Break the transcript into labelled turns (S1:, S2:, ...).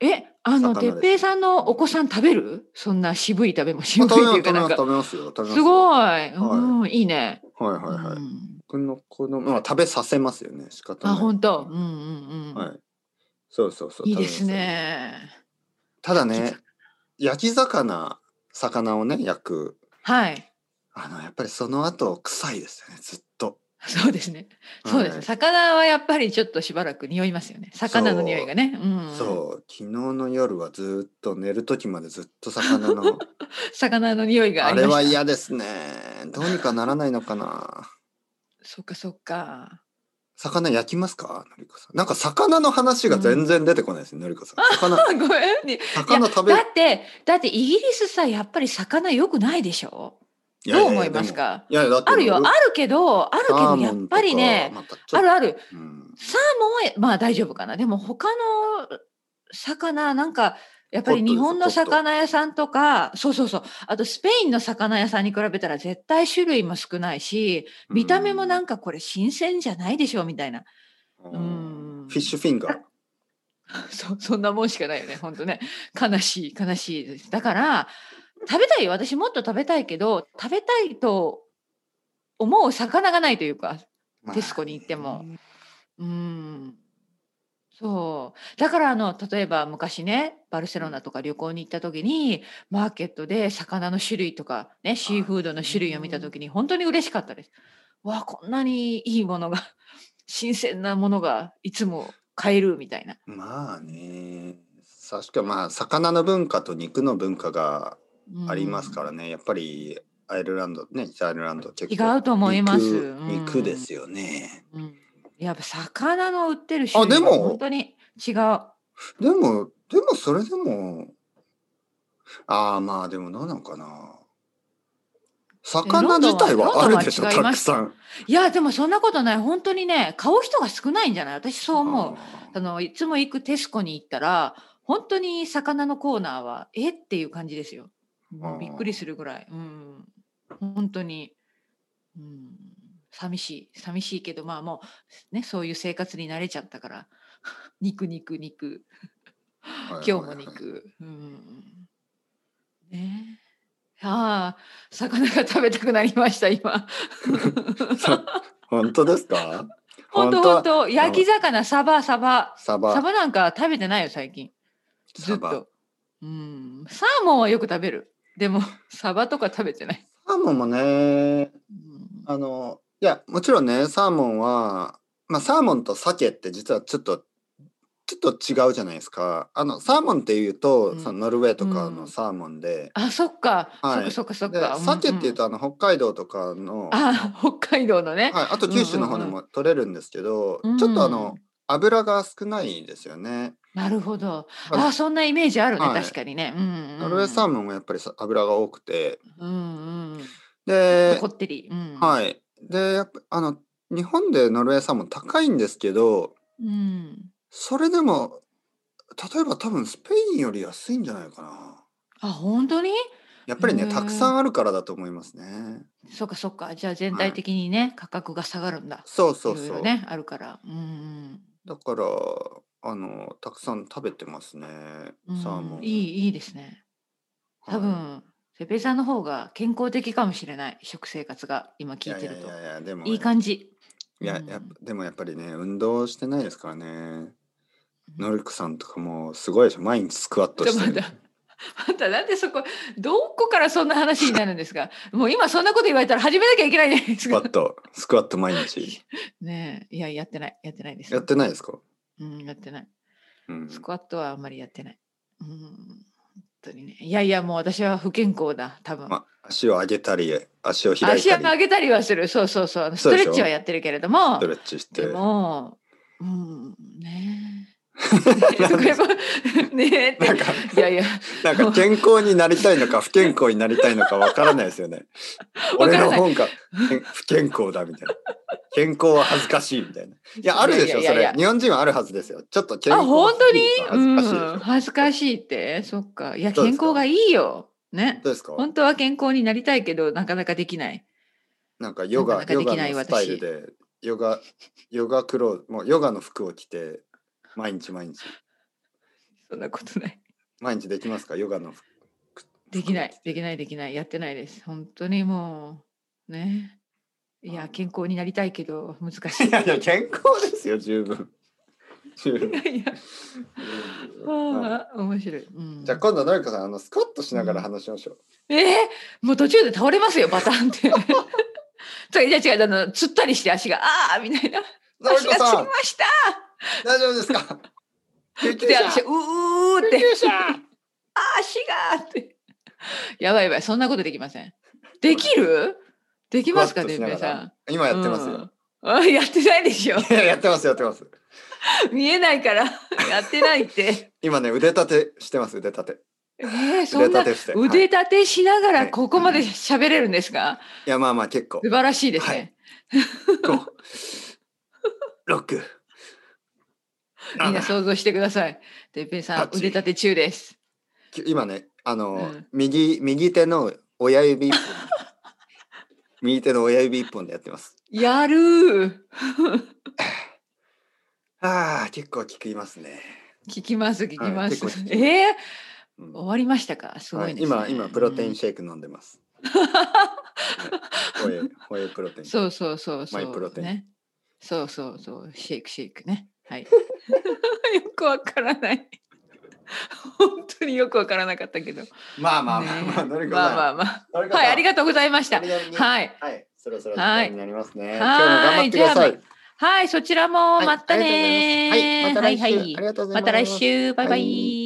S1: え、あの、て
S2: 魚
S1: っ
S2: です
S1: ぺいさんのお子さん食べるそんな渋い食べ物、
S2: ま
S1: 渋
S2: あ
S1: いって
S2: 食べ
S1: いうかな
S2: ま
S1: ん
S2: す
S1: か。
S2: 食べますよ食べますよ
S1: すごい、うん、いいね。
S2: はいはいはい、
S1: うん
S2: 僕の子供まあ食べさせますよね仕方ない
S1: あ、本当。うんうんうん。
S2: はいそうそうそう
S1: い、い
S2: 食べ
S1: で
S2: ます
S1: すね。
S2: ただね焼き魚魚をね焼く
S1: はい。
S2: あのやっぱりその後臭いですよねずっと
S1: そうですね。そうですね。
S2: はい
S1: 魚はやっぱりちょっとしばらく匂いますよね。魚の匂いがね。うん。
S2: そう昨日の夜はずっと寝る時までずっと魚 の
S1: 魚の匂いがあ
S2: あ
S1: りま
S2: れ
S1: した。
S2: は嫌ですねどうにかならないのかな
S1: そっかそっか。
S2: 魚焼きますかのりこさんなんか魚の話が全然出てこないですね、のりこさん魚
S1: あごめんね。
S2: 魚食べ
S1: だ
S2: る
S1: ってだってイギリスさやっぱり魚良くないでしょ。
S2: いや
S1: どう
S2: や
S1: 思
S2: や
S1: いますか。
S2: でもいやだって
S1: あるよあ
S2: のり
S1: るけどあるけ
S2: サ
S1: ど
S2: ーモン
S1: やっぱりね
S2: とかまたち
S1: あ
S2: ょっと
S1: るある
S2: うん
S1: サーモンはまあ大丈夫かなでも他の魚なんかやっぱり
S2: コットです
S1: 日本
S2: コ
S1: の
S2: ット
S1: 魚屋さんとかそうそうそうあとスペインの魚屋さんに比べたら絶対種類も少ないし見た目もなんかこれ新鮮じゃないでしょみたいな
S2: う
S1: うん
S2: フィッシュフィンガー
S1: そそんなもんしかないよね本当ね悲しい悲しいですだから食べたいよ私もっと食べたいけど食べたいと思う魚がないというか
S2: まあ
S1: テスコに行ってもうんそうだからあの例えば昔ねバルセロナとか旅行に行った時にマーケットで魚の種類とかねシーフードの種類を見た時に本当に嬉しかったです。わあこんなにいいものが新鮮なものがいつも買えるみたいな。
S2: まあね確かまあ魚の文化と肉の文化が
S1: うん
S2: ありますからね、やっぱりアイルランドね北アイルランド結
S1: 違
S2: 構
S1: うと思います。
S2: 肉
S1: うん
S2: 肉ですよね
S1: うんやっぱ魚の売ってる種類
S2: あでも
S1: が本当に違う。
S2: でもでもそれでもああまあでもどうなのかな魚自体はあるでしょ
S1: ロンドンはロンドンは違いま
S2: たく
S1: す
S2: さん
S1: いやでもそんなことない本当にね買う人が少ないんじゃない私そう思う。
S2: あ
S1: あのいつも行くテスコに行ったら本当に魚のコーナーはえっていう感じですよ。もうびっくりするぐらい。うん本当に。うん寂しい寂しいけどまあもうねそういう生活に慣れちゃったから 肉肉肉
S2: ーは
S1: 今
S2: い
S1: 日も
S2: はいはい
S1: 肉。うん。ね。ああ、魚が食べたくなりました、 今。
S2: 本当ですか
S1: 本当本当、焼き魚、サバ、サバ。
S2: サバ
S1: サバなんか食べてないよ、最近。ずっ
S2: サバ
S1: と。うん、サーモンはよく食べる。でも、 サバとか食べてない。
S2: サーモンもね
S1: うん
S2: あのいやもちろんねサーモンは、まあ、サーモンと鮭って実はちょっとちょっと違うじゃないですかあのサーモンっていうと、
S1: うん
S2: そのノルウェーとか
S1: う
S2: の
S1: ん
S2: サーモンで、
S1: あ、そっか、
S2: はい
S1: そっか、そっ
S2: で
S1: か、そっか。
S2: 鮭ってい
S1: う
S2: う
S1: ん
S2: とあの北海道とか
S1: う
S2: の、
S1: ん、あ、北海道のね。
S2: はい、あと九州の方でも取れるんですけど、ちょっとあの
S1: うん。
S2: 油が少ないですよね。
S1: なるほど。
S2: あの
S1: あ、そんなイメージあるね、
S2: はい
S1: 確かにね。うん、うん。
S2: ノルウェーサーモンはやっぱりさ油が多くて
S1: うん、うん。
S2: で
S1: こ、ってり。うん。
S2: はい、でやっぱあの日本でノルウェーサーモン高いんですけど、
S1: うん。
S2: それでも例えば多分スペインより安いんじゃないかな
S1: あ、本当に
S2: やっぱり
S1: へ
S2: ね
S1: ー
S2: たくさんあるからだと思いますね
S1: そっかそっか。じゃあ全体的にね、価格が下がるんだ。
S2: そうそう
S1: い
S2: そ、
S1: ろいうろね、あるから。うん
S2: だからあのたくさん食べてますね
S1: うん。
S2: サー
S1: う
S2: モ
S1: ん
S2: ン
S1: いい、いいですね。
S2: はい
S1: 多分、セペさんの方が健康的かもしれない。食生活が今聞いてると
S2: や。いやいやでも
S1: いい感じ。
S2: いや
S1: うん
S2: やっぱでもやっぱりね運動してないですからねノルクさんとかもうすごいでしょ毎日スクワット
S1: ちょ
S2: し
S1: ま
S2: てる
S1: た、またなんでそこ、どこからそんな話になるんですかもう今そんなこと言われたら始めなきゃいけないじゃないです
S2: スクワ
S1: か
S2: ッ。トスクワット毎日
S1: ねえ、いや、やってない、やってないです。
S2: やってないですか、
S1: うん、やってない。
S2: うん、
S1: スクワットはあんまりやってない。うん、本当にね。いやいや、もう私は不健康だ、多分。
S2: まあ足を上げたり足を開い
S1: 足を
S2: たり
S1: 上げたりはする。そうそうそう。あのス
S2: そ
S1: ト
S2: う
S1: レ
S2: でしょ
S1: ッチはやってるけれども
S2: スト。レッチして
S1: でも、うん、ねえ。
S2: なんで
S1: ねえって
S2: なんか
S1: いやいや、
S2: なんか健康になりた いのか不健康になりたいのかわからないですよね。
S1: わか
S2: 俺
S1: ら
S2: の
S1: ない
S2: 本がけん不健康だみたいな。健康は恥ずかしいみたいな。いやあるでしょ
S1: いやいやいや
S2: それ。日本人はあるはずですよ。ちょっと健
S1: あ、
S2: 康
S1: 本当に
S2: 恥ずかし
S1: う
S2: い
S1: ん、
S2: でしょ。
S1: 恥ずかしいって。そっか。いや、
S2: どうで
S1: 健
S2: すか
S1: 康がいいよ。ね。
S2: どうですか。
S1: 本当は健康になりたいけど、なかなかできない。
S2: なんかヨガ
S1: なかなか
S2: ヨ
S1: で
S2: ガ
S1: きない
S2: のスタイルでヨガヨガクローもうヨガの服を着て毎日毎日。
S1: そんなことない。
S2: 毎日できますかヨガの服
S1: できない、できない、できない、やってないです。本当にもう、ね。い
S2: あ
S1: や、
S2: ー
S1: 健康になりたいけど、難 しい。
S2: いやいや健康ですよ十分十分
S1: いやいや、
S2: は
S1: あー面白い。うん
S2: いじゃあ今度のりこさんあのスカッとしながら話しましょう、
S1: えー、もう途中で倒れますよ、バタンっ て。そういや違う、あの、つったりして足が、ああ、みたいな。
S2: のり
S1: 足
S2: こ
S1: がつき
S2: さん
S1: ました。
S2: 大丈夫ですか救急
S1: で、
S2: 車
S1: 私、ううーっ
S2: 救
S1: て、
S2: 急車
S1: あー足がーって。やばいやばい、そんなことできません。できるできますかね、
S2: ふわっ
S1: 皆
S2: としながら
S1: さん。
S2: 今やってますよ、
S1: うん。あやってないでしょ。
S2: いややってますやってます
S1: 見えないから、やってない って。
S2: 今ね腕立てしてます腕立て
S1: えー、そ
S2: 腕
S1: んな
S2: 立。てして
S1: 腕
S2: はい、い
S1: 立てしなが
S2: は
S1: ら
S2: い
S1: ここまで喋れるんですか、
S2: やまあま あ結構
S1: 素晴らしいですね。
S2: は5 6
S1: みんな想像してください。てっぺいさん、
S2: 立ち
S1: 腕立て中です。
S2: 今ねあの、
S1: うん
S2: 右右手の親指 一本右手の親指一本でやってます
S1: やるー
S2: ああ結構効きますね、
S1: 聞きます、聞きます。
S2: はい結構聞きます
S1: えー、
S2: うん
S1: 終わりましたかすごいです、ね
S2: はい、今今プロテイン
S1: シ
S2: シェイク飲ん でます、はい、ホエホエプロテイン
S1: そうそうそうそう。
S2: マイプロテイン
S1: ね。そうそうそう。シェイクシェイクね。はい。 よくわからない。本当によくわからなかったけど。
S2: まあまあまあ
S1: ね
S2: まあ、どれか
S1: まあまあまあ。
S2: ま
S1: はい、あり
S2: が
S1: がとうございました。
S2: はい、
S1: はい。
S2: はい、そろそろ時
S1: は
S2: 間
S1: い
S2: になりますね、
S1: い
S2: 今日も頑張ってください
S1: じはい、そちらも
S2: はい
S1: また
S2: ありがとうござい
S1: ねー。
S2: ますはい、また来週、
S1: はいはい
S2: ありがとうござい
S1: ま
S2: ます
S1: た来週、バイバ
S2: は
S1: イ。